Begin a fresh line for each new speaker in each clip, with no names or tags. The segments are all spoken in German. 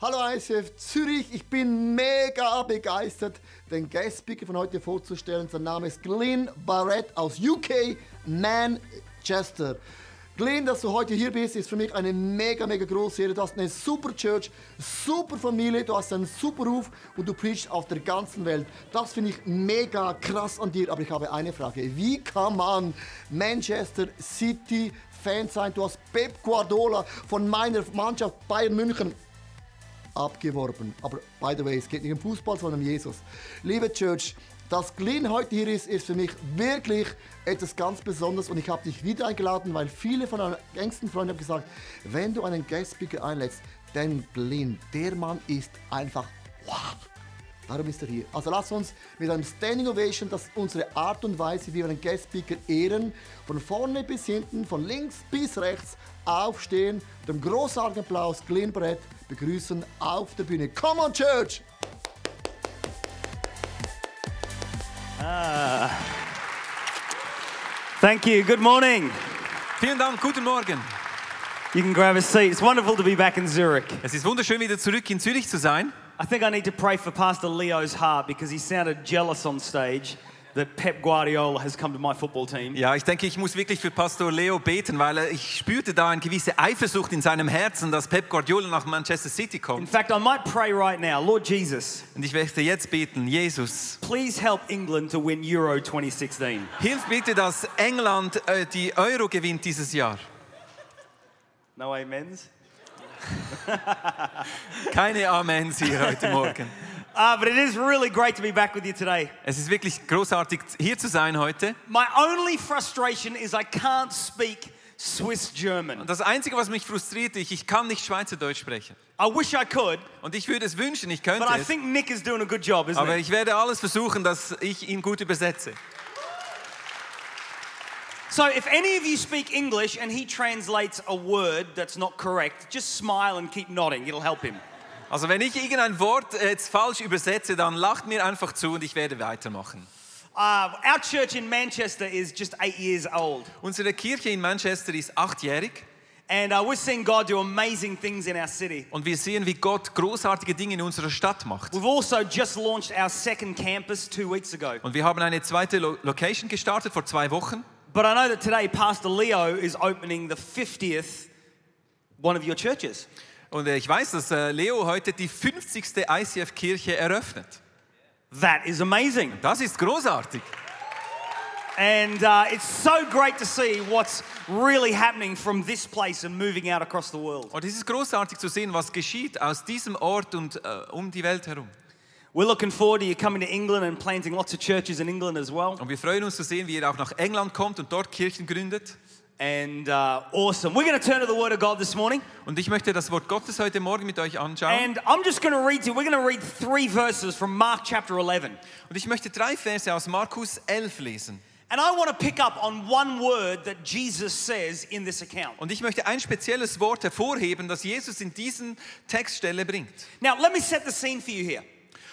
Hallo ISF Zürich, ich bin mega begeistert, den Guest Speaker von heute vorzustellen. Sein Name ist Glyn Barrett aus UK, Manchester. Glyn, dass du heute hier bist, ist für mich eine mega, mega große Ehre. Du hast eine super Church, super Familie, du hast einen super Ruf und du preachst auf der ganzen Welt. Das finde ich mega krass an dir. Aber ich habe eine Frage. Wie kann man Manchester City Fan sein? Du hast Pep Guardiola von meiner Mannschaft Bayern München abgeworben. Aber by the way, es geht nicht um Fußball, sondern um Jesus. Liebe Church, dass Glyn heute hier ist, ist für mich wirklich etwas ganz Besonderes und ich habe dich wieder eingeladen, weil viele von meinen engsten Freunden haben gesagt, wenn du einen Guest Speaker einlädst, dann Glyn, der Mann ist einfach wow. Darum ist er hier. Also lass uns mit einem Standing Ovation, das ist unsere Art und Weise, wie wir einen Guest Speaker ehren, von vorne bis hinten, von links bis rechts aufstehen, mit einem großartigen Applaus Glyn Brett begrüßen auf der Bühne. Come on Church!
Ah. Thank you. Good morning.
Vielen Dank, guten Morgen.
You can grab a seat. It's wonderful to be back in Zurich.
Es ist wunderschön, wieder zurück in Zürich zu sein.
I think I need to pray for Pastor Leo's heart because he sounded jealous on stage that Pep Guardiola has come to my football team.
Ja, ich denke, ich muss wirklich für Pastor Leo beten, weil er- ich spürte da eine gewisse Eifersucht in seinem Herzen, dass Pep Guardiola nach Manchester City
In
kommt.
fact, I might pray right now. Lord Jesus,
Und ich möchte jetzt beten, Jesus,
please help England to win Euro 2016.
hilf bitte, dass England äh, die Euro gewinnt dieses Jahr.
No amens.
Keine Amens hier heute Morgen.
Ah, but it is really great to be back with you today.
Es ist wirklich großartig, hier zu sein heute.
My only frustration is I can't speak Swiss German.
Und das Einzige, was mich frustriert, ich, ich kann nicht Schweizerdeutsch sprechen.
I wish I could,
Und ich würde es wünschen, ich könnte
but I
es.
think Nick is Oh, doing a good job, isn't
Aber
he?
ich werde alles versuchen, dass ich ihn gut übersetze.
So if any of you speak English and he translates a word that's not correct, just smile and keep nodding. It'll help him.
Also wenn ich irgendein Wort äh, jetzt falsch übersetze, dann lacht mir einfach zu und ich werde weitermachen.
Uh, our church in Manchester is just eight years old,
Unsere Kirche in Manchester ist achtjährig
and uh, we're seeing God do amazing things in our city.
und wir sehen, wie Gott großartige Dinge in unserer Stadt macht.
We've also just launched our second campus two weeks ago.
Und wir haben eine zweite Lo Location gestartet vor zwei Wochen.
But I know that today Pastor Leo is opening the 50th one of your churches.
Und äh, ich weiß, dass äh, Leo heute die 50. ICF-Kirche eröffnet.
That is amazing.
Das ist großartig.
And uh, it's so great to see what's really happening from this place and moving out across the world.
Und es ist großartig zu sehen, was geschieht aus diesem Ort und äh, um die Welt herum.
We're looking forward to you coming to England and planting lots of churches in England as well.
Und wir freuen uns zu sehen, wie er auch nach England kommt und dort Kirchen gründet.
And uh, awesome. We're going to turn to the Word of God this morning.
Und ich möchte das Wort Gottes heute Morgen mit euch anschauen.
And I'm just going to read to you, we're going to read three verses from Mark chapter 11.
Und ich möchte drei Verse aus Markus 11 lesen.
And I want to pick up on one word that Jesus says in this account.
Und ich möchte ein spezielles Wort hervorheben, das Jesus in diesen Textstelle bringt.
Now, let me set the scene for you here.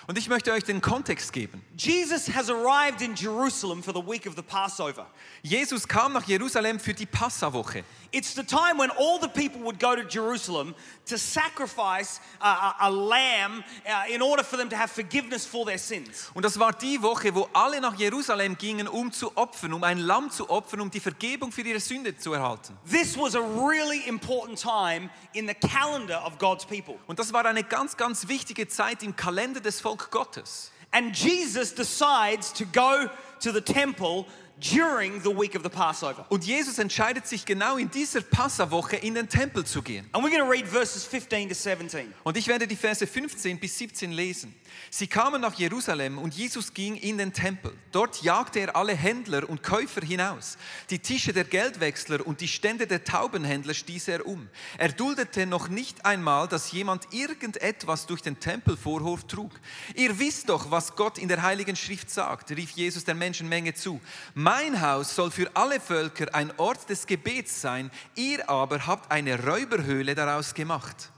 Und ich möchte euch den Kontext geben.
Jesus has arrived in Jerusalem for the week of the Passover.
Jesus kam nach Jerusalem für die Passawoche.
It's the time when all the people would go to Jerusalem to sacrifice a, a, a lamb uh, in order for them to have forgiveness for their sins.
Und das war die Woche, wo alle nach Jerusalem gingen, um zu opfern, um ein Lamm zu opfern, um die Vergebung für ihre Sünde zu erhalten.
This was a really important time in the calendar of God's people.
Und das war eine ganz, ganz wichtige Zeit im Kalender des Volk Gottes.
And Jesus decides to go to the temple during the week of the Passover.
Und Jesus entscheidet sich genau in dieser Passawoche in den Tempel zu gehen.
And we're going to read verses 15 to 17.
Und ich werde die Verse 15 bis 17 lesen. Sie kamen nach Jerusalem und Jesus ging in den Tempel. Dort jagte er alle Händler und Käufer hinaus. Die Tische der Geldwechsler und die Stände der Taubenhändler stieß er um. Er duldete noch nicht einmal, dass jemand irgendetwas durch den Tempelvorhof trug. Ihr wisst doch, was Gott in der Heiligen Schrift sagt, rief Jesus der Menschenmenge zu. Mein Haus soll für alle Völker ein Ort des Gebets sein, ihr aber habt eine Räuberhöhle daraus gemacht.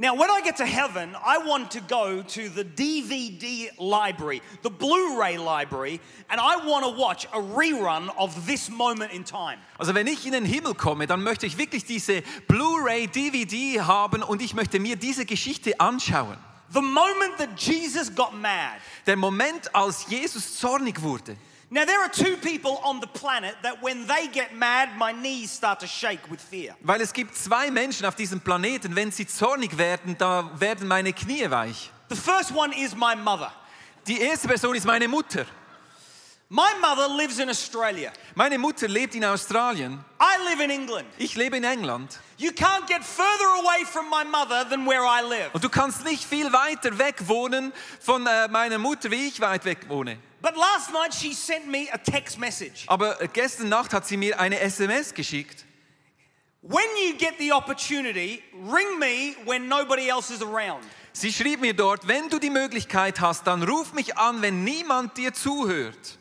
Now, when I get to heaven, I want to go to the DVD library, the Blu ray library, and I want to watch a rerun of this moment in time.
Also wenn ich in den Himmel komme, dann möchte ich wirklich diese Blu-ray, DVD haben und ich möchte mir diese Geschichte anschauen.
The moment that Jesus got mad.
Der Moment, als Jesus zornig wurde.
Now, there are two people on the planet that when they get mad, my knees start to shake with fear.
Weil es gibt zwei Menschen auf diesem Planeten, wenn sie zornig werden, da werden meine Knie weich.
The first one is my mother.
Die erste Person ist meine Mutter.
My mother lives in Australia.
Meine Mutter lebt in Australien,
I live in England.
ich lebe in England.
You can't get further away from my mother than where I live.
Und du kannst nicht viel weiter weg wohnen von äh, meiner Mutter, wie ich weit weg wohne.
But last night she sent me a text message.
Aber äh, gestern Nacht hat sie mir eine SMS geschickt.
When you get the opportunity, ring me when nobody else is around.
Sie schrieb mir dort, wenn du die Möglichkeit hast, dann ruf mich an, wenn niemand dir zuhört.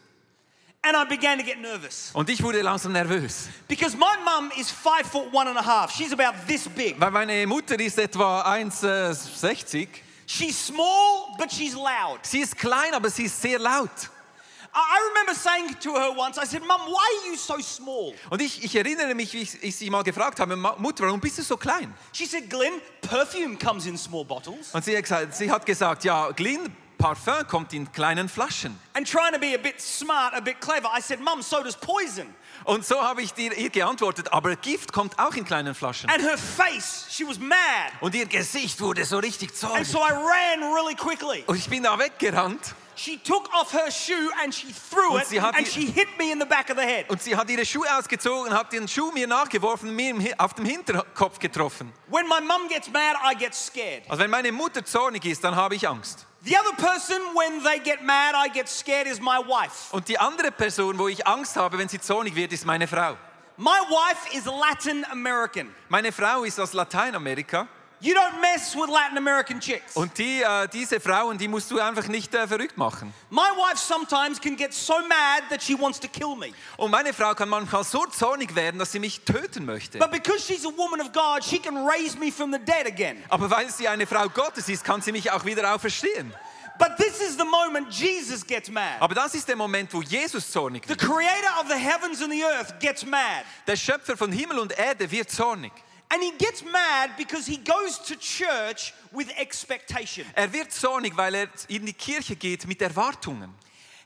And I began to get nervous
Und ich wurde langsam nervös,
because my mum is five foot one and a half. She's about this big.
weil meine Mutter ist etwa 1,60.
She's small, but she's loud.
Sie ist klein, aber sie ist sehr laut.
I- I remember saying to her once, I said, Mum, why are you so small?
Und ich, ich erinnere mich, wie ich, ich sie mal gefragt habe, "Ma- Mutter, warum bist du so klein?
She said, Glenn, perfume comes in small bottles.
Und sie hat gesagt, sie hat gesagt ja, Glyn, Parfum kommt in kleinen Flaschen.
And trying to be a bit smart, a bit clever, I said, Mum, so does poison.
Und so habe ich dir, ihr geantwortet, aber Gift kommt auch in kleinen Flaschen.
And her face, she was mad.
Und ihr Gesicht wurde so richtig
And
zornig.
so I ran really quickly.
Und ich bin da weggerannt
She took off her shoe and she threw
Und
it
sie hat
and
die-
she hit me in the back of the head.
und sie hat ihre Schuhe ausgezogen, hat ihren Schuh mir nachgeworfen, mir im, Hi- auf dem Hinterkopf getroffen.
When my mum gets mad, I get scared.
Also wenn meine Mutter zornig ist, dann habe ich Angst.
The other person, when they get mad, I get scared is my wife.
Und die andere Person, wo ich Angst habe, wenn sie zornig wird, ist meine Frau.
My wife is Latin American.
Meine Frau ist aus Lateinamerika
You don't mess with Latin American chicks.
und die, äh, diese Frauen, die musst du einfach nicht äh, verrückt machen.
My wife sometimes can get so mad that she wants to kill me.
Und meine Frau kann manchmal so zornig werden, dass sie mich töten möchte.
But because she's a woman of God, she can raise me from the dead again.
Aber weil sie eine Frau Gottes ist, kann sie mich auch wieder auferstehen.
But this is the moment Jesus gets mad.
Aber das ist der Moment, wo Jesus zornig
The
wird.
creator of the heavens and the earth gets mad.
Der Schöpfer von Himmel und Erde wird zornig.
And he gets mad because he goes to church with expectation.
Er wird zornig, weil er in die Kirche geht mit Erwartungen.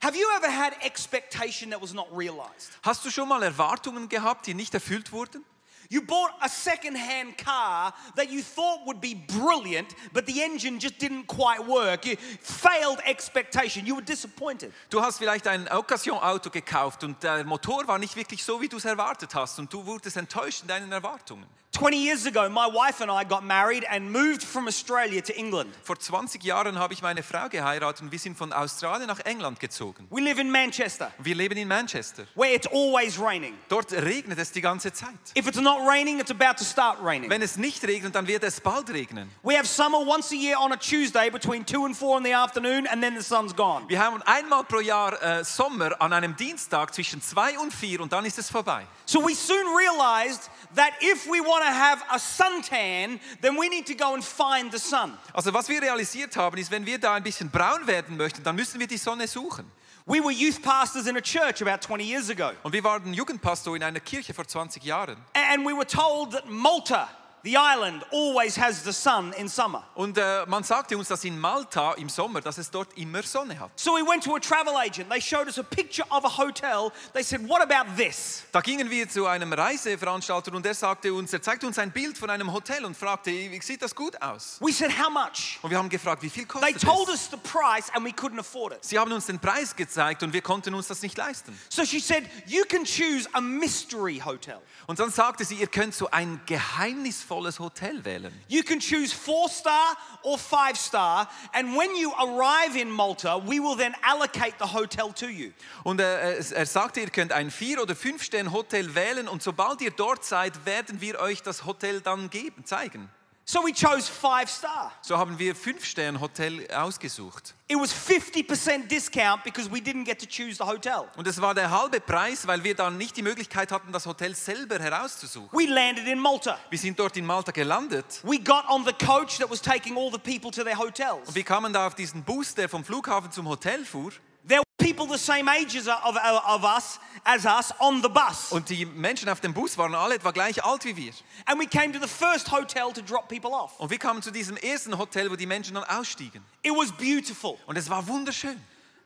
Have you ever had expectation that was not realized?
Hast du schon mal Erwartungen gehabt, die nicht erfüllt wurden?
You bought a second-hand car that you thought would be brilliant, but the engine just didn't quite work. You failed expectation. You were disappointed.
Du hast vielleicht ein Occasion-Auto gekauft und der Motor war nicht wirklich so, wie du es erwartet hast und du wurdest enttäuscht in deinen Erwartungen.
20 years ago, my wife and I got married and moved from Australia to England.
Vor 20 Jahren habe ich meine Frau geheiratet und wir sind von Australien nach England gezogen.
We live in Manchester,
Wir leben in Manchester.
where it's always raining.
Dort regnet es die ganze Zeit.
If it's not raining, it's about to start raining.
Wenn es nicht regnet, dann wird es bald regnen.
We have summer once a year on a Tuesday between 2 and 4 in the afternoon, and then the sun's gone.
Wir haben einmal pro Jahr äh, Sommer an einem Dienstag zwischen 2 und 4 und dann ist es vorbei.
So we soon realized that if we want to have a suntan, then we need to go and find the sun.
Also was wir realisiert haben, ist, wenn wir da ein bisschen braun werden möchten, dann müssen wir die Sonne suchen.
We were youth pastors in a church about 20 years ago,
Und wir waren Jugendpastor in einer Kirche vor 20 Jahren.
and we were told that Malta, the island, always has the sun in summer.
Und äh, man sagte uns, dass in Malta im Sommer, dass es dort immer Sonne hat.
So we went to a travel agent. They showed us a picture of a hotel. They said, What about this?
Da gingen wir zu einem Reiseveranstalter und er sagte uns, er zeigte uns ein Bild von einem Hotel und fragte, wie sieht das gut aus?
We said, How much?
Und wir haben gefragt, wie viel
They
kostet
told
es?
us the price, and we couldn't afford it.
Sie haben uns den Preis gezeigt und wir konnten uns das nicht leisten.
So she said, You can choose a mystery hotel.
Und dann sagte sie, ihr könnt so ein geheimnisvolles Hotel wählen.
You can choose four star or five star, and when you arrive in Malta, we will then allocate the hotel to you.
Und äh, es- er sagte, ihr könnt ein Vier- oder Fünf-Stern-Hotel wählen und sobald ihr dort seid, werden wir euch das Hotel dann geben, zeigen.
So we chose five star.
So haben wir Fünf-Sterne-Hotel ausgesucht.
It was 50% discount because we didn't get to choose the hotel.
Und es war der halbe Preis, weil wir dann nicht die Möglichkeit hatten, das Hotel selber herauszusuchen.
We landed in Malta.
Wir sind dort in Malta gelandet
We got on the coach that was taking all the people to their hotels.
und wir kamen da auf diesen Bus, der vom Flughafen zum Hotel fuhr.
There were people the same ages of, of us as us on the bus.
Und die Menschen auf dem Bus waren alle etwa gleich alt wie wir.
And we came to the first hotel to drop people off.
Und wir kamen zu diesem ersten Hotel, wo die Menschen dann ausstiegen.
It was beautiful,
Und es war wunderschön.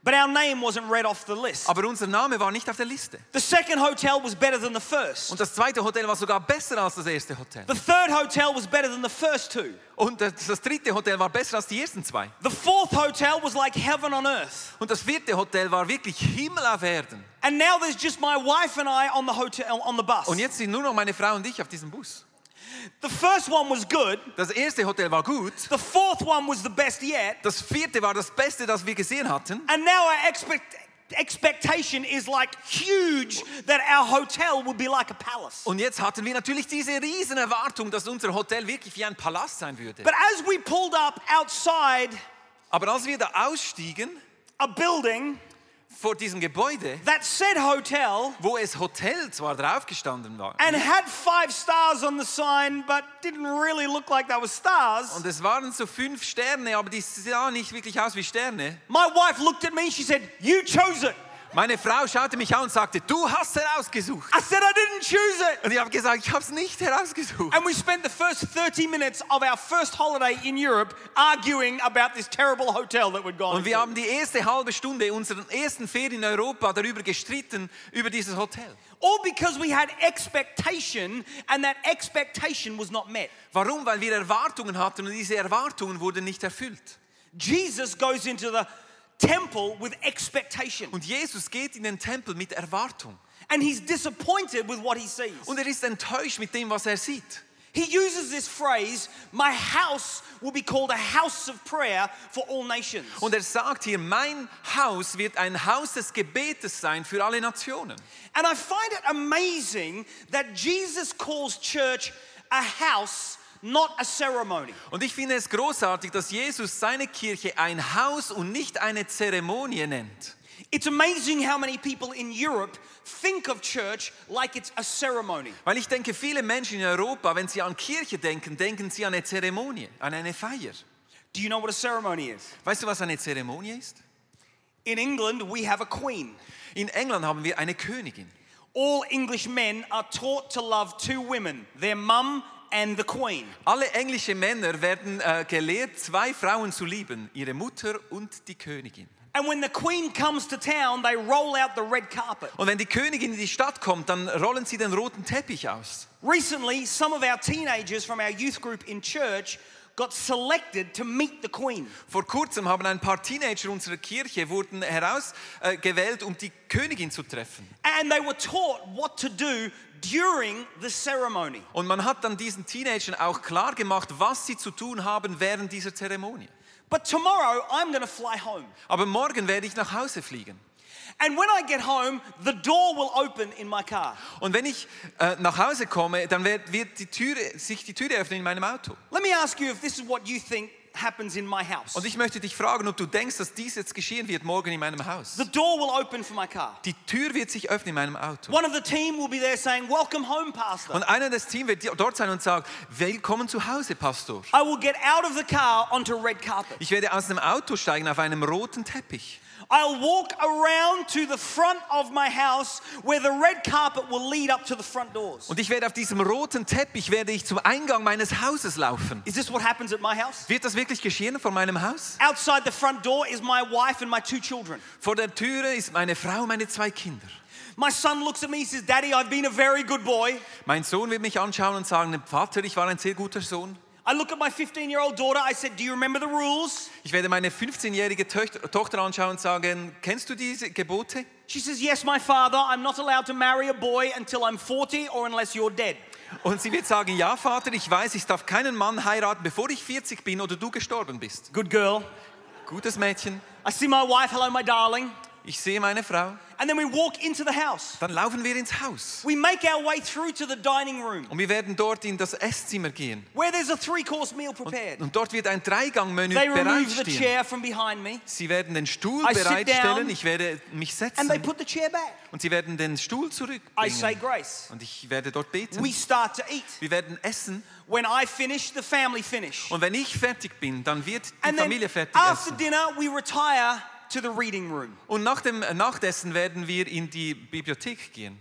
but our name wasn't read off the list.
Aber unser Name war nicht auf der Liste.
The second hotel was better than the first.
Und das zweite Hotel war sogar besser als das erste Hotel.
The third hotel was better than the first two.
Und das das dritte Hotel war besser als die ersten zwei.
The fourth hotel was like heaven on earth.
Und das vierte Hotel war wirklich Himmel auf Erden.
And now there's just my wife and I on the hotel on the bus.
Und jetzt sind nur noch meine Frau und ich auf diesem Bus.
The first one was good.
Das erste Hotel war gut.
The fourth one was the best yet.
Das vierte war das Beste, das wir gesehen hatten.
And now our expect expectation is like huge that our hotel would be like a palace.
Und jetzt hatten wir natürlich diese riesen Erwartung, dass unser Hotel wirklich wie ein Palast sein würde.
But as we pulled up outside
Aber als wir da ausstiegen
a building
vor diesem Gebäude,
that said hotel
wo es Hotel zwar draufgestanden war,
and had five stars on the sign but didn't really look like they were stars,
und es waren so fünf Sterne, aber die sahen nicht wirklich aus wie Sterne.
my wife looked at me and she said, "You chose it."
Meine Frau schaute mich an und sagte, du hast herausgesucht.
I said I didn't choose it.
Und ich habe gesagt, ich habe es nicht herausgesucht.
And we spent the first 30 minutes of our first holiday in Europe arguing about this terrible hotel that we'd gone
Und wir
to.
haben die erste halbe Stunde unserer ersten Ferien in Europa darüber gestritten, über dieses Hotel.
All because we had expectation and that expectation was not met.
Warum? Weil wir Erwartungen hatten und diese Erwartungen wurden nicht erfüllt.
Jesus goes into the temple with expectation
Und Jesus geht in den Tempel mit Erwartung.
and he's disappointed with what he sees.
Und er ist enttäuscht mit dem, was er sieht.
He uses this phrase, my house will be called a house of prayer for all nations.
Und er sagt hier, mein Haus wird ein Haus des Gebetes sein für alle Nationen.
And I find it amazing that Jesus calls church a house, not a ceremony.
Und ich finde es großartig, dass Jesus seine Kirche ein Haus und nicht eine Zeremonie nennt.
It's amazing how many people in Europe think of church like it's a ceremony.
Weil ich denke, viele Menschen in Europa, wenn sie an Kirche denken, denken sie an eine Zeremonie, an eine Feier.
Do you know what a ceremony is?
Weißt du, was eine Zeremonie ist?
In England, we have a queen.
In England haben wir eine Königin.
All English men are taught to love two women, their mum and the queen.
Alle englischen Männer werden äh, gelehrt, zwei Frauen zu lieben, ihre Mutter und die Königin.
And when the queen comes to town, they roll out the red carpet.
Und wenn die Königin in die Stadt kommt, dann rollen sie den roten Teppich aus.
Recently, some of our teenagers from our youth group in church got selected to meet the queen.
Vor kurzem haben ein paar Teenager unserer Kirche wurden herausgewählt, um die Königin zu treffen.
And they were taught what to do during the ceremony.
Und man hat dann diesen Teenagern auch klar gemacht, was sie zu tun haben während dieser Zeremonie.
But tomorrow, I'm going to fly home.
Aber morgen werde ich nach Hause fliegen.
And when I get home, the door will open in my car.
Und wenn ich äh, nach Hause komme, dann wird, wird die Türe, sich die Türe öffnen in meinem Auto.
Let me ask you if this is what you think happens in my house.
Und ich möchte dich fragen, ob du denkst, dass dies jetzt geschehen wird morgen in meinem Haus.
The door will open for my car.
Die Tür wird sich öffnen in meinem Auto.
One of the team will be there saying, Welcome home, Pastor.
Und einer des Teams wird dort sein und sagt, willkommen zu Hause, Pastor.
I will get out of the car onto red carpet.
Ich werde aus dem Auto steigen auf einem roten Teppich.
I'll walk around to the front of my house where the red carpet will lead up to the front doors.
Und ich werde auf diesem roten Teppich werde ich zum Eingang meines Hauses laufen.
Is this what happens at my house?
Wird das wirklich geschehen vor meinem Haus?
Outside the front door is my wife and my two children.
Vor der Türe ist meine Frau und meine zwei Kinder.
My son looks at me and says, Daddy, I've been a very good boy.
Mein Sohn wird mich anschauen und sagen, Vater, ich war ein sehr guter Sohn.
I look at my 15 year old daughter. I said, Do you remember the rules?
Ich werde meine 15-jährige Töcht- Tochter anschauen und sagen, kennst du diese Gebote?
She says, Yes, my father. I'm not allowed to marry a boy until I'm 40 or unless you're dead.
Und sie wird sagen, ja Vater, ich weiß, ich darf keinen Mann heiraten, bevor ich 40 bin oder du gestorben bist.
Good girl.
Gutes Mädchen.
I see my wife. Hello, my darling.
Ich sehe meine Frau.
and then we walk into the house.
Dann laufen wir ins Haus.
We make our way through to the dining room
Und wir werden dort in das Esszimmer gehen.
where there's a three course meal prepared.
Und dort wird ein Dreigang-Menü
They remove the
bereitstehen.
chair from behind me
Sie werden den Stuhl
I sit
bereitstellen.
down.
Ich werde mich
and they
setzen.
put the chair back.
Und sie werden den Stuhl
I say
zurückbringen.
grace.
Und ich werde dort beten.
We start to eat.
Wir werden essen.
When I finish, the family finish.
Und wenn ich fertig bin, dann wird die
And
Familie
then
fertig
after
essen.
dinner, we retire to the reading room.
Und nach dem Nachtessen werden wir in die Bibliothek gehen.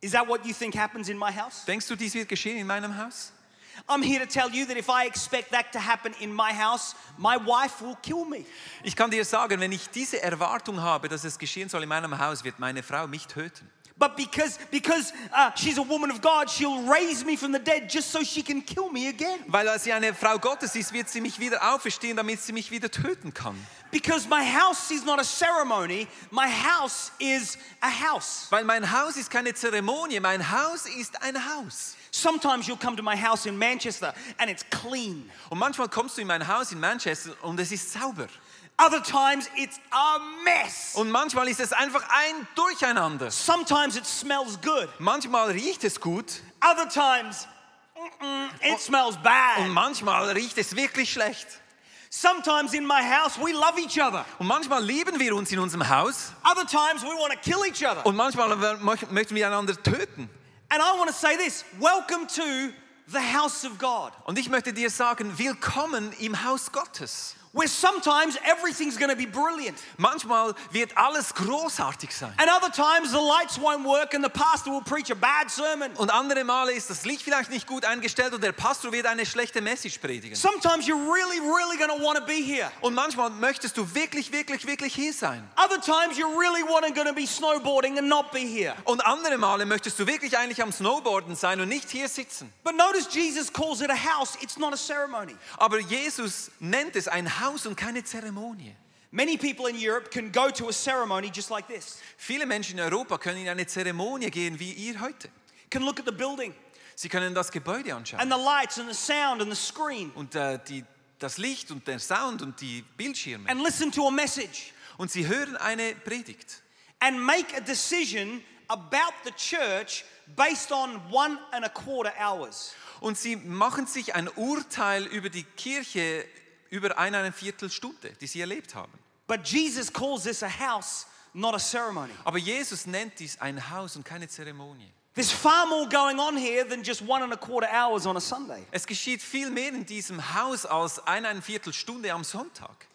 Is that what you think happens in my house?
Denkst du, dies wird geschehen in meinem Haus?
I'm here to tell you that if I expect that to happen in my house, my wife will kill me.
Ich kann dir sagen, wenn ich diese Erwartung habe, dass es geschehen soll in meinem Haus, wird meine Frau mich töten.
But because, because uh, she's a woman of God, she'll raise me from the dead just so she can kill me again.
Weil als sie eine Frau Gottes ist, wird sie mich wieder auferstehen, damit sie mich wieder töten kann.
Because my house is not a ceremony, my house is a house.
Weil mein Haus ist keine Zeremonie, mein Haus ist ein Haus.
Sometimes you'll come to my house in Manchester and it's clean.
Und manchmal kommst du in mein Haus in Manchester und es ist sauber.
Other times it's a mess.
Und manchmal ist es einfach ein Durcheinander.
Sometimes it smells good.
Manchmal riecht es gut
Other times mm-mm, it smells bad.
und manchmal riecht es wirklich schlecht.
Sometimes in my house we love each other.
Und manchmal lieben wir uns in unserem Haus
Other times we want to kill each other.
und manchmal mö- möchten wir einander töten.
And I want to say this welcome to the house of God,
Und ich möchte dir sagen, willkommen im Haus Gottes.
where sometimes everything's going to be brilliant.
Manchmal wird alles großartig sein.
And other times the lights won't work and the pastor will preach a bad sermon.
Und andere Male ist das Licht vielleicht nicht gut eingestellt und der Pastor wird eine schlechte Message predigen.
Sometimes you're really, really going to want to be here.
Und manchmal möchtest du wirklich, wirklich, wirklich hier sein.
Other times you really want to going to be snowboarding and not be here.
Und andere Male möchtest du wirklich eigentlich am Snowboarden sein und nicht hier sitzen.
But notice Jesus calls it a house, it's not a ceremony.
Aber Jesus nennt es ein Haus und keine Zeremonie.
Many people in Europe can go to a ceremony just like this,
Viele Menschen in Europa können in eine Zeremonie gehen wie ihr heute.
can look at the building
Sie können das Gebäude anschauen
and the lights and the sound and the screen
und äh, die, das Licht und der Sound und die Bildschirme.
and listen to a message
Und sie hören eine Predigt
and make a decision about the church based on one and a quarter hours.
und sie machen sich ein Urteil über die Kirche über eine Viertelstunde, die sie erlebt haben.
But Jesus calls this a house, not a ceremony.
Aber Jesus nennt dies ein Haus und keine Zeremonie.
There's far more going on here than just one and a quarter hours on a Sunday.
Es geschieht viel mehr in diesem Haus als eine Viertelstunde am Sonntag.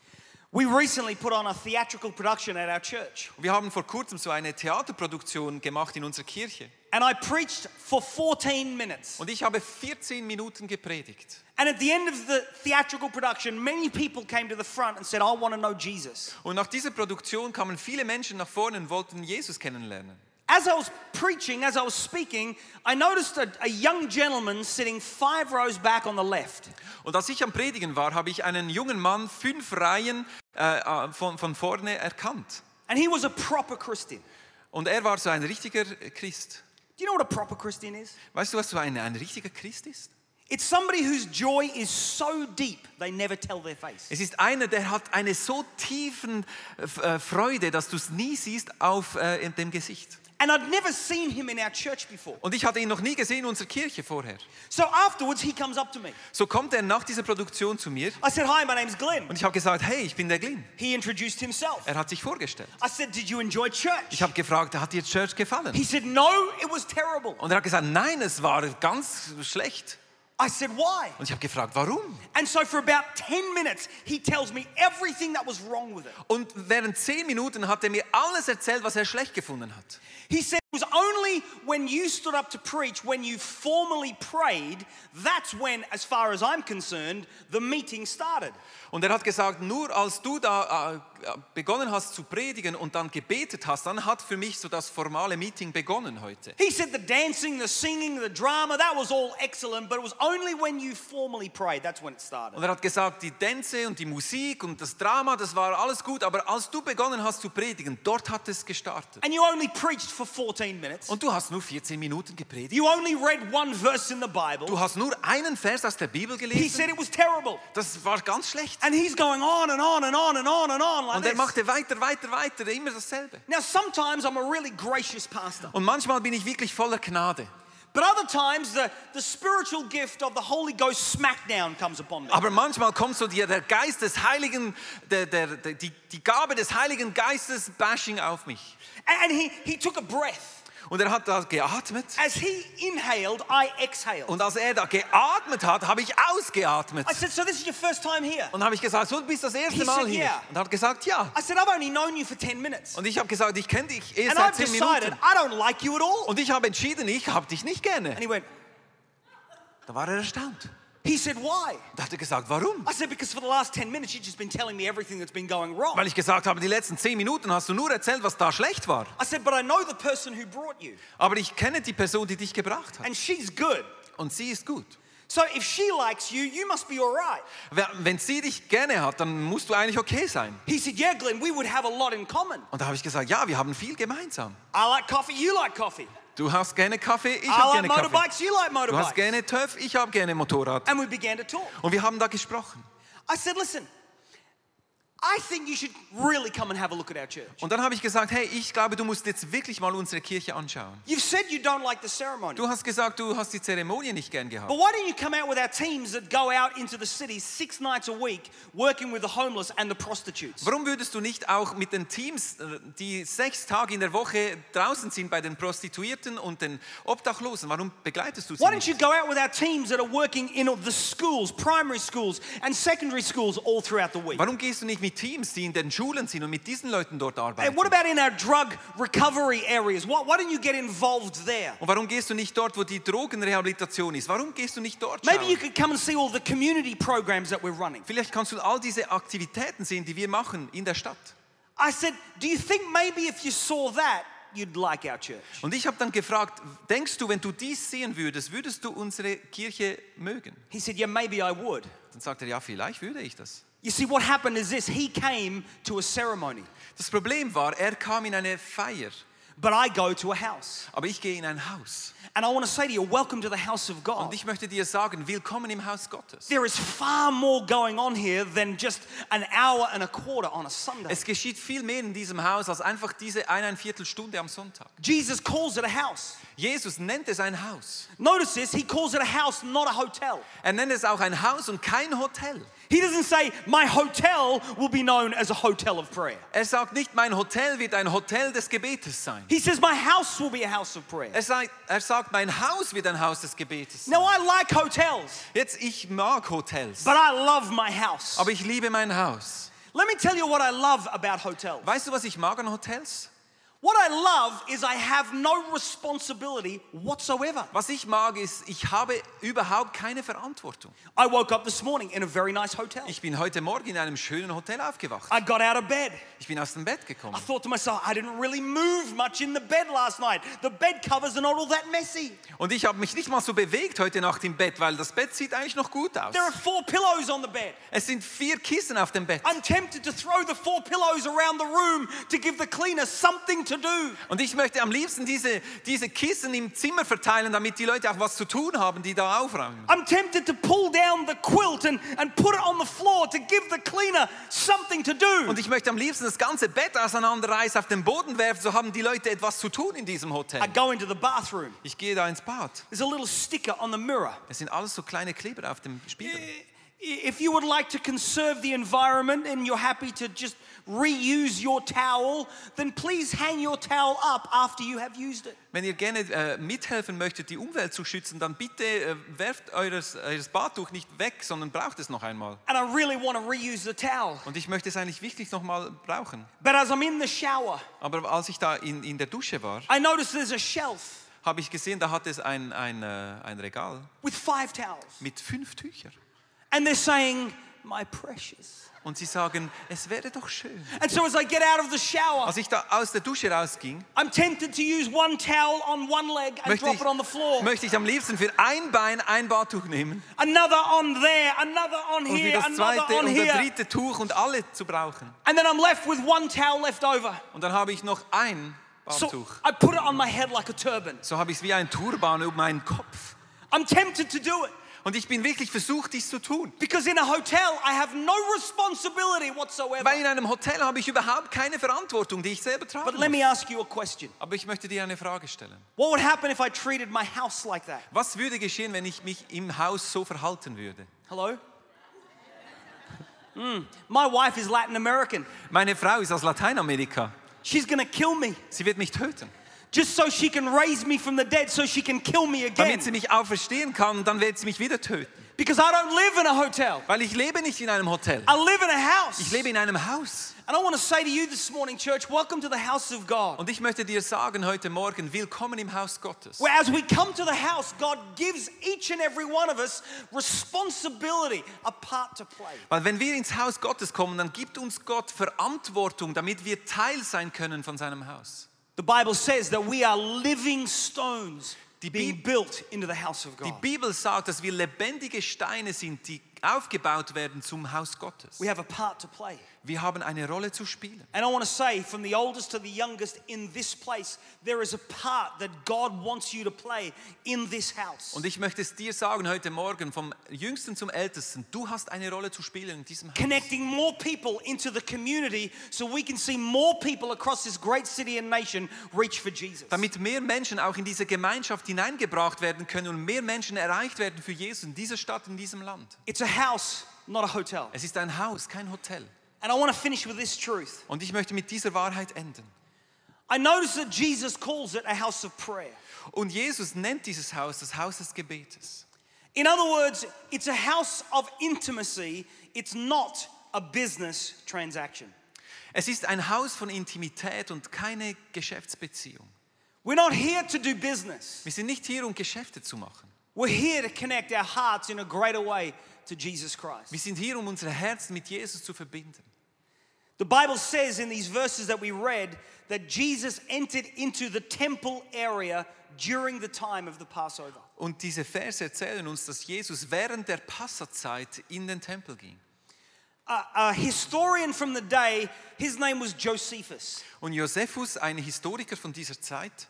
We recently put on a theatrical production at our church,
Wir haben vor kurzem so eine Theaterproduktion gemacht in unserer Kirche
and I preached for 14 minutes.
und ich habe 14 Minuten gepredigt.
And at the end of the theatrical production, many people came to the front and said, I want to know Jesus.
Und nach dieser Produktion kamen viele Menschen nach vorne und wollten Jesus kennenlernen.
As I was preaching, as I was speaking, I noticed a, a young gentleman sitting five rows back on the left.
Und als ich am Predigen war, habe ich einen jungen Mann fünf Reihen äh, äh, von, von vorne erkannt.
And he was a proper Christian.
Und er war so ein richtiger Christ.
Do you know what a proper Christian is?
Weißt du, was so ein, ein richtiger Christ ist?
It's somebody whose joy is so deep they never tell their face.
Es ist einer, der hat eine so tiefen äh, F- äh, Freude, dass du es nie siehst auf äh, in dem Gesicht.
And I'd never seen him in our church before.
Und ich hatte ihn noch nie gesehen in unserer Kirche vorher.
So afterwards, he comes up to me.
So kommt er nach dieser Produktion zu mir
I said, Hi, my name's Glenn.
und ich habe gesagt, hey, ich bin der Glyn.
He introduced himself.
Er hat sich vorgestellt.
I said, Did you enjoy church?
Ich habe gefragt, hat dir Church gefallen?
He said, No, it was terrible.
Und er hat gesagt, nein, es war ganz schlecht.
I said, Why?
Und ich habe gefragt, warum?
And so for about 10 minutes, he tells me everything that was wrong with it.
Und während zehn Minuten hat er mir alles erzählt, was er schlecht gefunden hat.
He said, It was only when you stood up to preach, when you formally prayed, that's when, as far as I'm concerned, the meeting started.
Und er hat gesagt, nur als du da äh, begonnen hast zu predigen und dann gebetet hast, dann hat für mich so das formale Meeting begonnen heute.
He said the dancing, the singing, the drama, that was all excellent, but it was only when you formally prayed, that's when it started.
Und er hat gesagt, die Tänze und die Musik und das Drama, das war alles gut, aber als du begonnen hast zu predigen, dort hat es gestartet.
And you only preached for 14 minutes.
Und du hast nur 14 Minuten gepredigt.
You only read one verse in the
Du
Bible.
hast nur einen Vers aus der Bibel
He
gelesen.
said it was terrible.
Das war ganz schlecht.
And he's going on and on and on and on and on like
Und er
this.
machte weiter, weiter, weiter, immer dasselbe.
Now, sometimes I'm a really gracious pastor,
Und manchmal bin ich wirklich voller Gnade.
but other times the, the spiritual gift of the Holy Ghost smackdown comes upon me.
Aber manchmal kommt so dir der Geist des Heiligen, der, der, der, die, die Gabe des Heiligen Geistes bashing auf mich.
And he, he took a breath.
Und er hat da geatmet.
As he inhaled, I exhaled.
Und als er da geatmet hat, habe ich ausgeatmet.
I said, So this is your first time here?
Und habe ich gesagt, so, du bist das
He
erste
said,
Mal hier.
yeah.
Und er hat gesagt, ja.
I said, I've only known you for 10 minutes.
Und ich habe gesagt, ich kenne dich eh
And
seit
I've
zehn
decided
Minuten.
I don't like you at all.
Und ich habe entschieden, ich habe dich nicht gerne.
And he went,
Da war er erstaunt.
He said, Why?
Da hat er gesagt, warum?
I said, Because for the last 10 minutes, you've just been telling me everything that's been going wrong.
Weil ich gesagt habe, die letzten zehn Minuten hast du nur erzählt, was da schlecht war.
I said, But I know the person who brought you,
Aber ich kenne die Person, die dich gebracht hat.
and she's good.
Und sie ist gut.
So if she likes you, you must be all right.
Wer- Wenn sie dich gerne hat, dann musst du eigentlich okay sein.
He said, Yeah, Glenn, we would have a lot in common.
Und da habe ich gesagt, ja, wir haben viel gemeinsam.
I like coffee, you like coffee.
Du hast gerne Kaffee, ich habe
I
gerne
like
Kaffee.
motorbikes, you like
Du hast
motorbikes.
gerne TÜV, ich habe gerne Motorrad.
And we began to talk.
Und wir haben da gesprochen.
I said, Listen, I think you should really come and have a look at our church.
Und dann habe ich gesagt, hey, ich glaube, du musst jetzt wirklich mal unsere Kirche anschauen.
You've said you don't like the ceremony.
Du hast gesagt, du hast die Zeremonie nicht gern gehabt.
But why don't you come out with our teams that go out into the city six nights a week working with the homeless and the prostitutes?
Warum würdest du nicht auch mit den Teams, äh, die sechs Tage in der Woche draußen sind bei den Prostituierten und den Obdachlosen, warum begleitest du sie
Why don't
nicht?
you go out with our teams that are working in all the schools, primary schools, and secondary schools all throughout the week?
Warum gehst du nicht mit Teams, die in den Schulen sind und mit diesen Leuten dort
And
arbeiten?
what about in our drug recovery areas? Why, why don't you get involved there?
Und warum gehst du nicht dort, wo die Drogenrehabilitation ist? Warum gehst du nicht dort
Maybe you
schauen?
could come and see all the community programs that we're running.
Vielleicht kannst du all diese Aktivitäten sehen, die wir machen in der Stadt.
I said, Do you think maybe if you saw that, you'd like our church?
Und ich habe dann gefragt, denkst du, wenn du dies sehen würdest, würdest du unsere Kirche mögen?
He said, Yeah, maybe I would.
Dann sagt er, ja, vielleicht würde ich das.
You see, what happened is this he came to a ceremony.
Das Problem war, er kam in eine Feier,
But I go to a house.
aber ich gehe in ein Haus.
And I want to say to you, welcome to the house of
Und
God.
ich möchte dir sagen, willkommen im Haus Gottes.
There is far more going on here than just an hour and a quarter on a Sunday.
Es geschieht viel mehr in diesem Haus als einfach diese eineinviertel Stunde am Sonntag.
Jesus calls it a house.
Jesus nennt es ein Haus.
Notice this, he calls it a house, not a hotel.
Er nennt es auch ein Haus und kein Hotel.
He doesn't say, my hotel will be known as a hotel of prayer.
Er sagt nicht, mein Hotel wird ein Hotel des Gebetes sein.
He says, my house will be a house of prayer.
Er sagt, er sagt mein Haus wird ein Haus des Gebetes sein.
Now, I like hotels,
Jetzt, ich mag Hotels,
but I love my house.
aber ich liebe mein Haus.
Let me tell you what I love about hotels.
Weißt du, was ich mag an Hotels?
What I love is I have no responsibility whatsoever.
Was ich mag, ist, ich habe überhaupt keine Verantwortung.
I woke up this morning in a very nice hotel.
Ich bin heute Morgen in einem schönen Hotel aufgewacht.
I got out of bed.
Ich bin aus dem Bett
I
gekommen.
thought to myself, I didn't really move much in the bed last night. The bed covers are not all that messy.
Und ich habe mich nicht mal so bewegt heute Nacht im Bett, weil das Bett sieht eigentlich noch gut aus.
There are four pillows on the bed.
Es sind vier Kissen auf dem Bett.
I'm tempted to throw the four pillows around the room to give the cleaner something to do.
Und ich möchte am liebsten diese, diese Kissen im Zimmer verteilen, damit die Leute auch was zu tun haben, die da aufräumen.
I'm tempted to pull down the quilt and, and put it on the floor to give the cleaner something to do.
Und ich möchte am liebsten das ganze Bett auseinanderreißen, auf den Boden werfen, so haben die Leute etwas zu tun in diesem
I
Hotel.
go into the bathroom.
Ich gehe da ins Bad.
There's a little sticker on the mirror.
Es sind alles so kleine Kleber auf dem Spiegel.
I- If you would like to conserve the environment and you're happy to just reuse your towel, then please hang your towel up after you have used it.
Wenn ihr gerne äh, mithelfen möchtet, die Umwelt zu schützen, dann bitte äh, werft eures, eures Badtuch nicht weg, sondern braucht es noch einmal.
And I really want to reuse the towel.
Und ich möchte es eigentlich wirklich nochmal brauchen.
But as I'm in the shower,
Aber als ich da in, in der Dusche war,
I notice there's a shelf
habe ich gesehen, da hat es ein, ein, äh, ein Regal
with five towels.
mit fünf Tüchern.
And they're saying, My precious.
Und sie sagen, es wäre doch schön.
And so as I get out of the shower,
Als ich da aus der Dusche rausging,
I'm tempted to use one towel on one leg and
möchte
drop
ich,
it on the floor,
möchte ich am liebsten für ein Bein ein Badtuch nehmen
another on there, another on
und für
here,
das
another
zweite
on
und das
here.
dritte Tuch und alle zu brauchen.
And then I'm left with one towel left over.
Und dann habe ich noch ein
So
Baumtuch.
I put it on my head like a turban.
So habe ich es wie ein Turban über meinen Kopf.
I'm tempted to do it
Und ich bin wirklich versucht, dies zu tun.
because in a hotel I have no responsibility whatsoever.
Weil in einem Hotel habe ich überhaupt keine Verantwortung, die ich selber
But
tragen
let me
muss.
ask you a question.
Aber ich möchte dir eine Frage stellen.
What would happen if I treated my house like that?
Was würde geschehen, wenn ich mich im Haus so verhalten würde?
Hello? Mm. My wife is Latin American.
Meine Frau ist aus Lateinamerika.
She's gonna kill me
Sie wird mich töten.
just so she can raise me from the dead so she can kill me again.
Damit sie mich auferstehen kann, dann wird sie mich wieder töten.
Because I don't live in a hotel,
Weil ich lebe nicht in einem Hotel.
I live in a house.
Ich lebe in einem Haus.
And I wanna say to you this morning, church, welcome to the house of God.
Und ich möchte dir sagen heute Morgen, willkommen im Haus Gottes.
Where as we come to the house, God gives each and every one of us responsibility, a part to play.
Weil wenn wir ins Haus Gottes kommen, dann gibt uns Gott Verantwortung, damit wir Teil sein können von seinem Haus.
The Bible says that we are living stones
Die
being
Bib-
built into the house of
Die
God.
Bibel sagt, dass wir lebendige Steine sind, die aufgebaut werden zum Haus Gottes.
We have a part to play.
Wir haben eine Rolle zu spielen.
And I want to say, from the oldest to the youngest in this place, there is a part that God wants you to play in this house.
Und ich möchte es dir sagen heute Morgen, vom Jüngsten zum Ältesten, du hast eine Rolle zu spielen in diesem Haus.
Connecting more people into the community so we can see more people across this great city and nation reach for Jesus.
Damit mehr Menschen auch in diese Gemeinschaft hineingebracht werden können und mehr Menschen erreicht werden für Jesus in dieser Stadt, in diesem Land.
It's a house, not a hotel.
Es ist ein Haus, kein Hotel.
And I want to finish with this truth.
Und ich möchte mit dieser Wahrheit enden.
I notice that Jesus calls it a house of prayer.
Und Jesus nennt dieses Haus das Haus des Gebetes.
In other words, it's a house of intimacy, it's not a business transaction.
Es ist ein Haus von Intimität und keine Geschäftsbeziehung.
We're not here to do business.
Wir sind nicht hier, um Geschäfte zu machen.
We're here to connect our hearts in a greater way to Jesus Christ.
Wir sind hier, um unsere Herzen mit Jesus zu verbinden.
The Bible says in these verses that we read that Jesus entered into the temple area during the time of the Passover.
Und diese Verse erzählen uns, dass Jesus während der Passazeit in den Tempel ging.
A, a historian from the day, his name was Josephus.
Und Josephus, ein Historiker von dieser Zeit,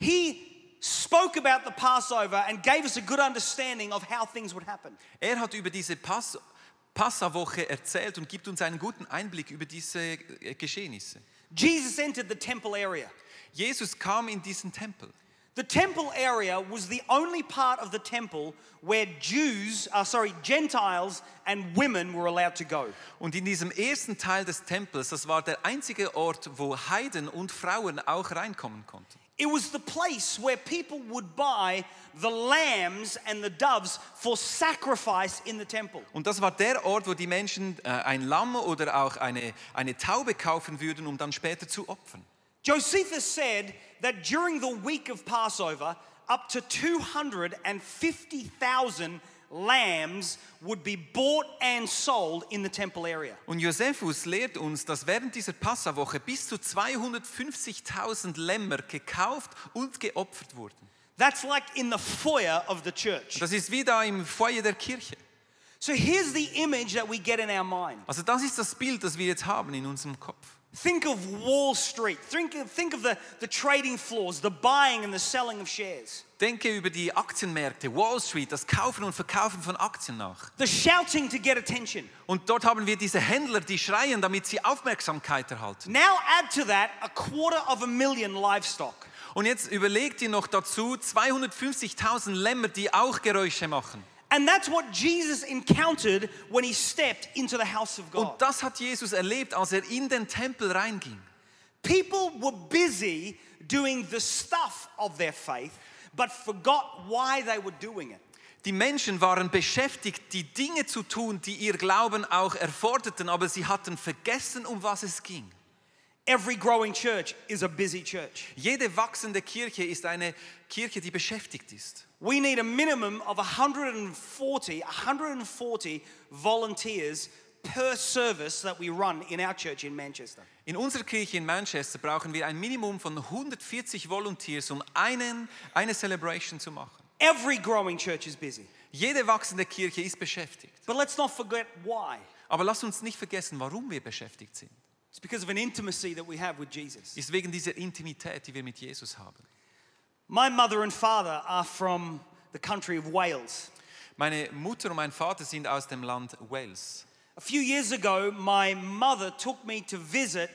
He spoke about the Passover and gave us a good understanding of how things would happen.
er hat über diese Pass Passawoche erzählt und gibt uns einen guten Einblick über diese äh, Geschehnisse.
Jesus entered the temple area.
Jesus kam in diesen Tempel.
The temple area was the only part of the temple where Jews, uh, sorry, Gentiles and women were allowed to go.
Und in diesem ersten Teil des Tempels, das war der einzige Ort, wo Heiden und Frauen auch reinkommen konnten.
It was the place where people would buy the lambs and the doves for sacrifice in the temple.
Und das war der Ort, wo die Menschen äh, ein Lamm oder auch eine, eine Taube kaufen würden, um dann später zu opfern.
Josephus said that during the week of Passover, up to 250,000 lambs would be bought and sold in the temple area.
Und Josephus lehrt uns, dass während dieser Passawoche bis zu 250.000 Lämmer gekauft und geopfert wurden.
That's like in the foyer of the church.
Das ist wie da im Feuer der Kirche.
So here's the image that we get in our mind.
Also das ist das Bild, das wir jetzt haben in unserem Kopf.
Think of Wall Street. Think of, think of the, the trading floors, the buying and the selling of shares.
Denke über die Aktienmärkte, Wall Street, das Kaufen und Verkaufen von Aktien nach.
The shouting to get attention.
Und dort haben wir diese Händler, die schreien, damit sie Aufmerksamkeit erhalten.
Now add to that a quarter of a million livestock.
Und jetzt überlegt ihr noch dazu 250.000 Lämmer, die auch Geräusche machen.
And that's what Jesus encountered when he stepped into the house of God.
Und das hat Jesus erlebt, als er in den Tempel reinging.
People were busy doing the stuff of their faith, but forgot why they were doing it.
Die Menschen waren beschäftigt, die Dinge zu tun, die ihr Glauben auch erforderten, aber sie hatten vergessen, um was es ging.
Every growing church is a busy church.
Jede wachsende Kirche ist eine Kirche, die beschäftigt ist.
We need a minimum of 140, 140 volunteers per service that we run in our church in Manchester.
In unserer Kirche in Manchester brauchen wir ein Minimum von 140 Volunteers, um einen, eine Celebration zu machen.
Every growing church is busy.
Jede wachsende Kirche ist beschäftigt.
But let's not forget why.
Aber lasst uns nicht vergessen, warum wir beschäftigt sind.
It's because of an intimacy that we have with Jesus.
ist wegen dieser Intimität, die wir mit Jesus haben.
My mother and father are from the country of Wales.
Meine Mutter und mein Vater sind aus dem Land Wales.
A few years ago, my mother took me to visit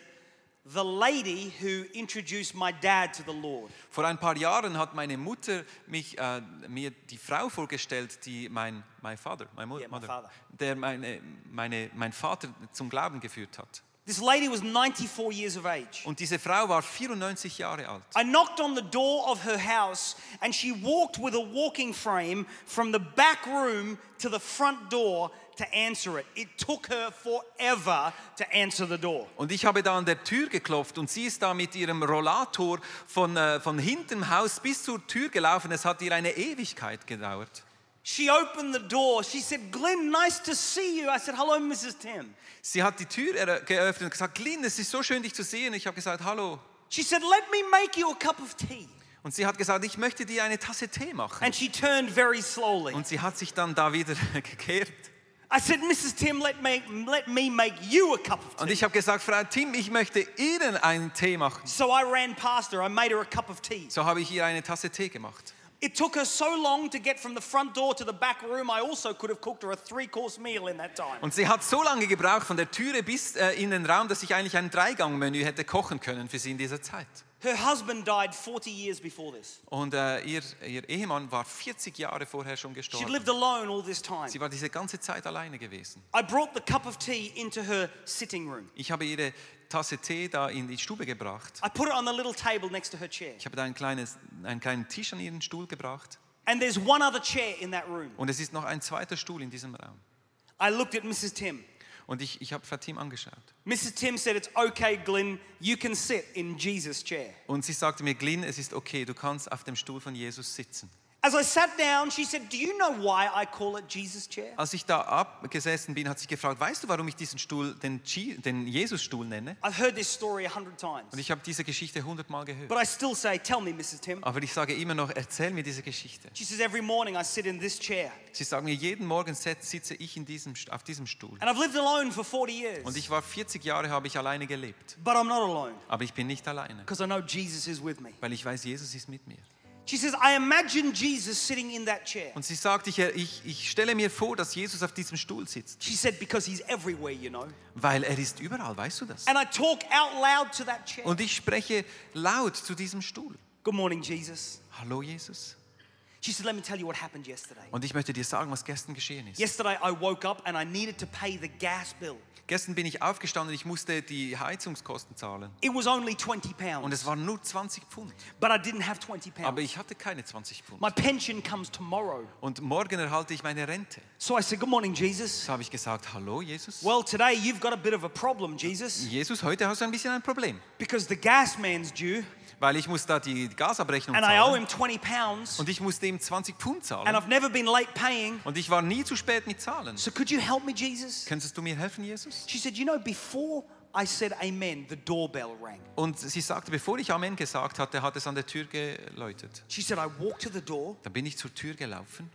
the lady who introduced my dad to the Lord.
Vor ein paar Jahren hat meine Mutter mich, äh, mir die Frau vorgestellt, die mein, mein Vater, mein Mu-
Yeah, my
Mother,
father.
der meine, meine, mein Vater zum Glauben geführt hat.
This lady was 94 years of age.
Und diese Frau war 94 Jahre alt.
I knocked on the door of her house and she walked with a walking frame from the back room to the front door to answer it. It took her forever to answer the door.
Und ich habe da an der Tür geklopft und sie ist da mit ihrem Rollator von, äh, von hinterm Haus bis zur Tür gelaufen. Es hat ihr eine Ewigkeit gedauert.
She opened the door. She said, Glenn, nice to see you. I said, Hello, Mrs. Tim.
Sie hat die Tür erö- geöffnet und gesagt, Lynn, es ist so schön, dich zu sehen. Ich habe gesagt, hallo.
She said, Let me make you a cup of tea.
Und sie hat gesagt, ich möchte dir eine Tasse Tee machen.
And she turned very slowly.
Und sie hat sich dann da wieder gekehrt.
I said, Mrs. Tim, let me, let me make you a cup of
Und
tea.
ich habe gesagt, Frau Tim, ich möchte Ihnen einen Tee machen.
So I ran past her. I made her a cup of tea.
So habe ich ihr eine Tasse Tee gemacht.
It took her so long to get from the front door to the back room, I also could have cooked her a three course meal in that time.
Und sie hat so lange gebraucht von der Türe bis äh, in den Raum, dass ich eigentlich ein Dreigang-Menü hätte kochen können für sie in dieser Zeit.
Her husband died 40 years before this.
Und äh, ihr, ihr Ehemann war 40 Jahre vorher schon
She
gestorben.
lived alone all this time.
Sie war diese ganze Zeit alleine gewesen.
I brought the cup of tea into her sitting room.
Ich habe ihre Tasse Tee da in die Stube gebracht.
I put it on the little table next to her chair.
Ich habe da ein kleines, einen kleinen Tisch an ihren Stuhl gebracht.
And there's one other chair in that room.
Und es ist noch ein zweiter Stuhl in diesem Raum.
I looked at Mrs. Tim.
Und ich, ich habe Fatim angeschaut.
Mrs. Tim said, It's okay, Glenn, you can sit in Jesus' chair.
Und sie sagte mir, Glyn, es ist okay, du kannst auf dem Stuhl von Jesus sitzen.
As I sat down, she said, Do you know why I call it Jesus' chair?
Als ich da abgesessen bin, hat sie gefragt, weißt du, warum ich diesen Stuhl den, Je- den Jesus-Stuhl nenne?
I've heard this story a hundred times.
Und ich habe diese Geschichte hundertmal gehört.
But I still say, Tell me, Mrs. Tim.
Aber ich sage immer noch, erzähl mir diese Geschichte.
She says, Every morning I sit in this chair.
Sie sagen mir, jeden Morgen set- sitze ich in diesem, St- auf diesem Stuhl.
And I've lived alone for 40
Und
years.
ich war 40 Jahre, habe ich alleine gelebt.
But I'm not alone
Aber ich bin nicht alleine,
because I know Jesus is with me.
weil ich weiß, Jesus ist mit mir.
She says, I imagine Jesus sitting in that chair.
Und sie sagt, ich, ich, ich stelle mir vor, dass Jesus auf diesem Stuhl sitzt,
She said, Because he's everywhere, you know.
weil er ist überall, weißt du das?
And I talk out loud to that chair.
Und ich spreche laut zu diesem Stuhl.
Good morning, Jesus.
Hallo Jesus.
She said, Let me tell you what happened yesterday.
Und ich möchte dir sagen, was gestern geschehen ist.
Yesterday I woke up and I needed to pay the gas bill.
Gestern bin ich aufgestanden, ich musste die Heizungskosten zahlen.
It was only 20 pounds.
Und es waren nur 20 Pfund.
But I didn't have 20
Aber
pounds.
ich hatte keine 20 Pfund.
My pension comes tomorrow.
Und morgen erhalte ich meine Rente.
So I said, Good morning, Jesus.
So habe ich gesagt, hallo Jesus.
Well, today you've got a bit of a problem, Jesus,
Jesus, heute hast du ein bisschen ein Problem,
because the gas man's due
weil ich muss da die Gasabrechnung
and I owe
zahlen.
him 20 pounds
Und ich musste ihm 20 Pfund
and
zahlen.
I've never been late paying.
Und ich war nie zu spät mit Zahlen.
So could you help me, Jesus?
Könntest du mir helfen, Jesus?
She said, You know, before I said amen, the doorbell rang.
Und sie sagte, bevor ich Amen gesagt hatte, hat es an der Tür geläutet.
She said, I walked to the door,
Dann bin ich zur Tür gelaufen.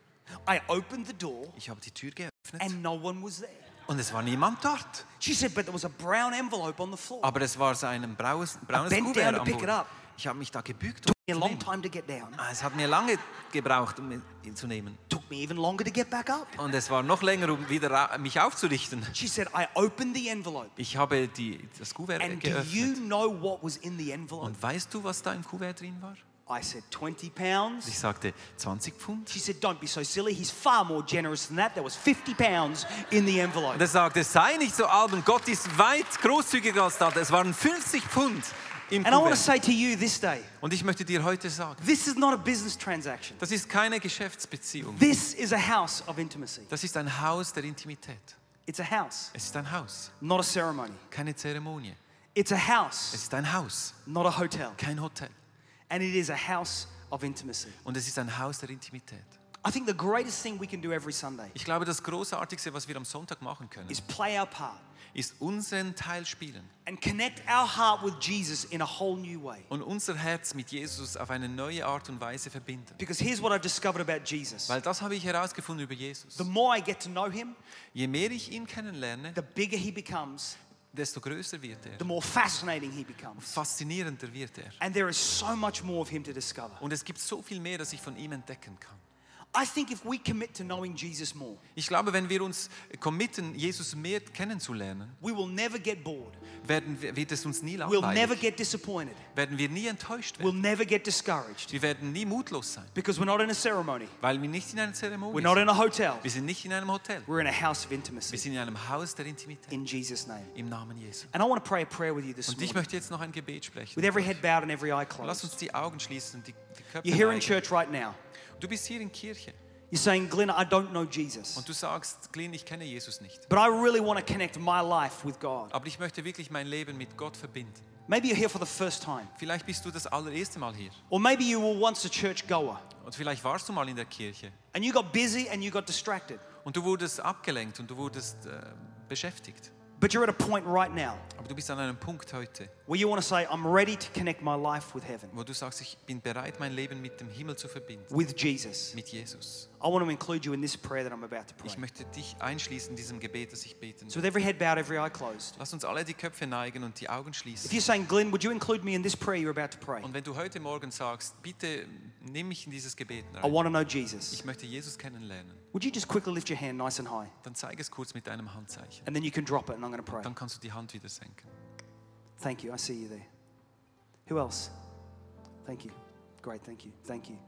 I opened the door,
Ich habe die Tür geöffnet
and no one was there.
und es war niemand dort.
She said, But there was a brown envelope on the floor.
Aber es war so ein braues, braunes
bent down to
Kuvert am
pick it
Boden.
up.
Ich habe mich da gebückt, um
Took me
zu
a long
nehmen.
time to get down.
Ah, Es hat mir lange gebraucht, um ihn zu nehmen.
Took me even longer to get back up.
Und es war noch länger, um wieder ra- mich aufzurichten.
She said, I opened the envelope.
Ich habe die, das Kuvert
And do you
geöffnet.
know what was in the envelope?
Und weißt du, was da im Kuvert drin war?
I said, 20
Ich
pounds.
sagte, 20 Pfund.
She said, Don't be so silly. He's far more generous than that. There was 50 pounds in the envelope.
Und er sagte, sei nicht so albern, Gott ist weit großzügiger als das. Es waren 50 Pfund im
And I want to
Kuvert.
say to you this day
Und ich möchte dir heute sagen,
this is not a business transaction,
das ist keine Geschäftsbeziehung.
this is a house of intimacy.
Das ist ein Haus der Intimität.
It's a house,
Es ist ein Haus,
not a ceremony.
keine Zeremonie.
It's a
Es
house,
ist ein Haus,
not a hotel.
kein Hotel.
And it is a house of intimacy.
Und es ist ein Haus der Intimität.
I think the greatest thing we can do every Sunday
Ich glaube, das Großartigste, was wir am Sonntag machen können,
is play our part
ist unseren Teil spielen
and connect our heart with Jesus in a whole new way.
und unser Herz mit Jesus auf eine neue Art und Weise verbinden.
Because here's what I've discovered about Jesus
Weil das habe ich herausgefunden über Jesus.
the more I get to know him,
Je mehr ich ihn kennenlerne,
the bigger he becomes
desto größer wird er.
the more fascinating he becomes.
Faszinierender wird er.
And there is so much more of him to discover.
Und es gibt so viel mehr, das ich von ihm entdecken kann.
I think if we commit to knowing Jesus more,
Ich glaube, wenn wir uns committen, Jesus mehr kennenzulernen,
we will never get bored.
werden wir, wird es uns nie
We'll never
langweilig,
get disappointed.
werden wir nie enttäuscht
We'll
werden.
never get discouraged
Wir werden nie mutlos sein,
because we're not in a ceremony.
weil wir nicht in einer
We're
Zeremonie
not
sind.
in a hotel.
Wir sind nicht in einem Hotel.
We're in a house of
Wir
intimacy
sind in einem Haus der Intimität.
in Jesus' name.
Im Namen Jesu.
And I want to pray a prayer with you this
Und ich
morning.
möchte jetzt noch ein Gebet
With
sprechen.
every head bowed and every eye
Lass
closed.
uns die Augen schließen und die, die Köpfe
You're here in
neigen.
church right now.
Du bist hier in Kirche
You're saying, Glenn, I don't know Jesus,
und du sagst, Glyn, ich kenne Jesus nicht.
but I really want to connect my life with God.
Aber ich möchte wirklich mein Leben mit Gott verbinden.
Maybe you're here for the first time,
Vielleicht bist du das allererste Mal hier
or maybe you were once a church goer
und vielleicht warst du mal in der Kirche
and you got busy and you got distracted,
und du wurdest abgelenkt und du wurdest äh, beschäftigt.
but you're at a point right now
Aber du bist an einem Punkt heute,
where you want to say, I'm ready to connect my life with heaven,
wo du sagst, ich bin bereit, mein Leben mit dem Himmel zu verbinden,
with Jesus.
mit Jesus.
I want to include you in this prayer that I'm about to pray.
Ich möchte dich einschließen in diesem Gebet, das ich beten
So,
will.
with every head bowed, every eye closed.
Lass uns alle die Köpfe neigen und die Augen
If
schließen.
you're saying, Glenn, would you include me in this prayer you're about to pray?
Und wenn du heute Morgen sagst, bitte nimm mich in dieses Gebet
I
rein,
want to know Jesus.
ich möchte Jesus kennenlernen,
Would you just quickly lift your hand nice and high?
dann zeige es kurz mit deinem Handzeichen.
And then you can drop it and I'm going to pray.
Dann kannst du die Hand wieder senken.
Thank you. I see you there. Who else? Thank you. Great. Thank you. Thank you.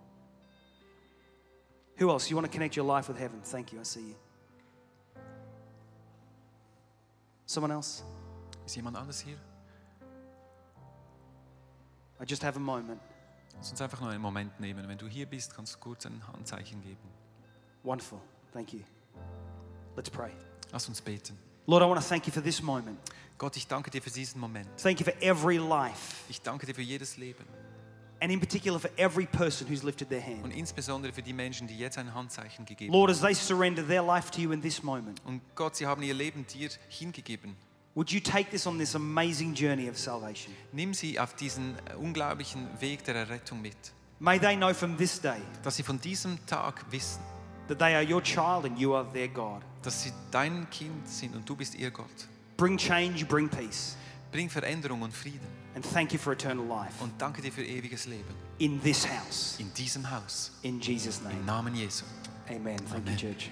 Who else? You want to connect your life with heaven? Thank you. I see you. Someone else?
Ist jemand anders hier?
I just have a moment.
Lass uns einfach nur einen Moment nehmen. Wenn du hier bist, kannst du kurz ein Handzeichen geben.
Wonderful. Thank you. Let's pray.
Lass uns beten.
Lord, I want to thank you for this moment.
Gott, ich danke dir für diesen Moment.
Thank you for every life,
Ich danke dir für jedes Leben
and in particular for every person who's lifted their hand.
und insbesondere für die Menschen, die jetzt ein Handzeichen gegeben haben.
Lord, as they surrender their life to you in this moment,
Und Gott, sie haben ihr Leben dir hingegeben.
would you take this on this amazing journey of salvation?
Nimm sie auf diesen äh, unglaublichen Weg der Errettung mit,
May they know from this day
dass sie von diesem Tag wissen,
that they are your child and you are their God.
dass sie dein Kind sind und du bist ihr Gott.
Bring change, bring peace,
Bring Veränderung und Frieden
and thank you for eternal life
und danke dir für ewiges Leben
in this house.
in diesem Haus.
In Jesus'
Im
name.
Namen Jesu.
Amen. Thank you, church.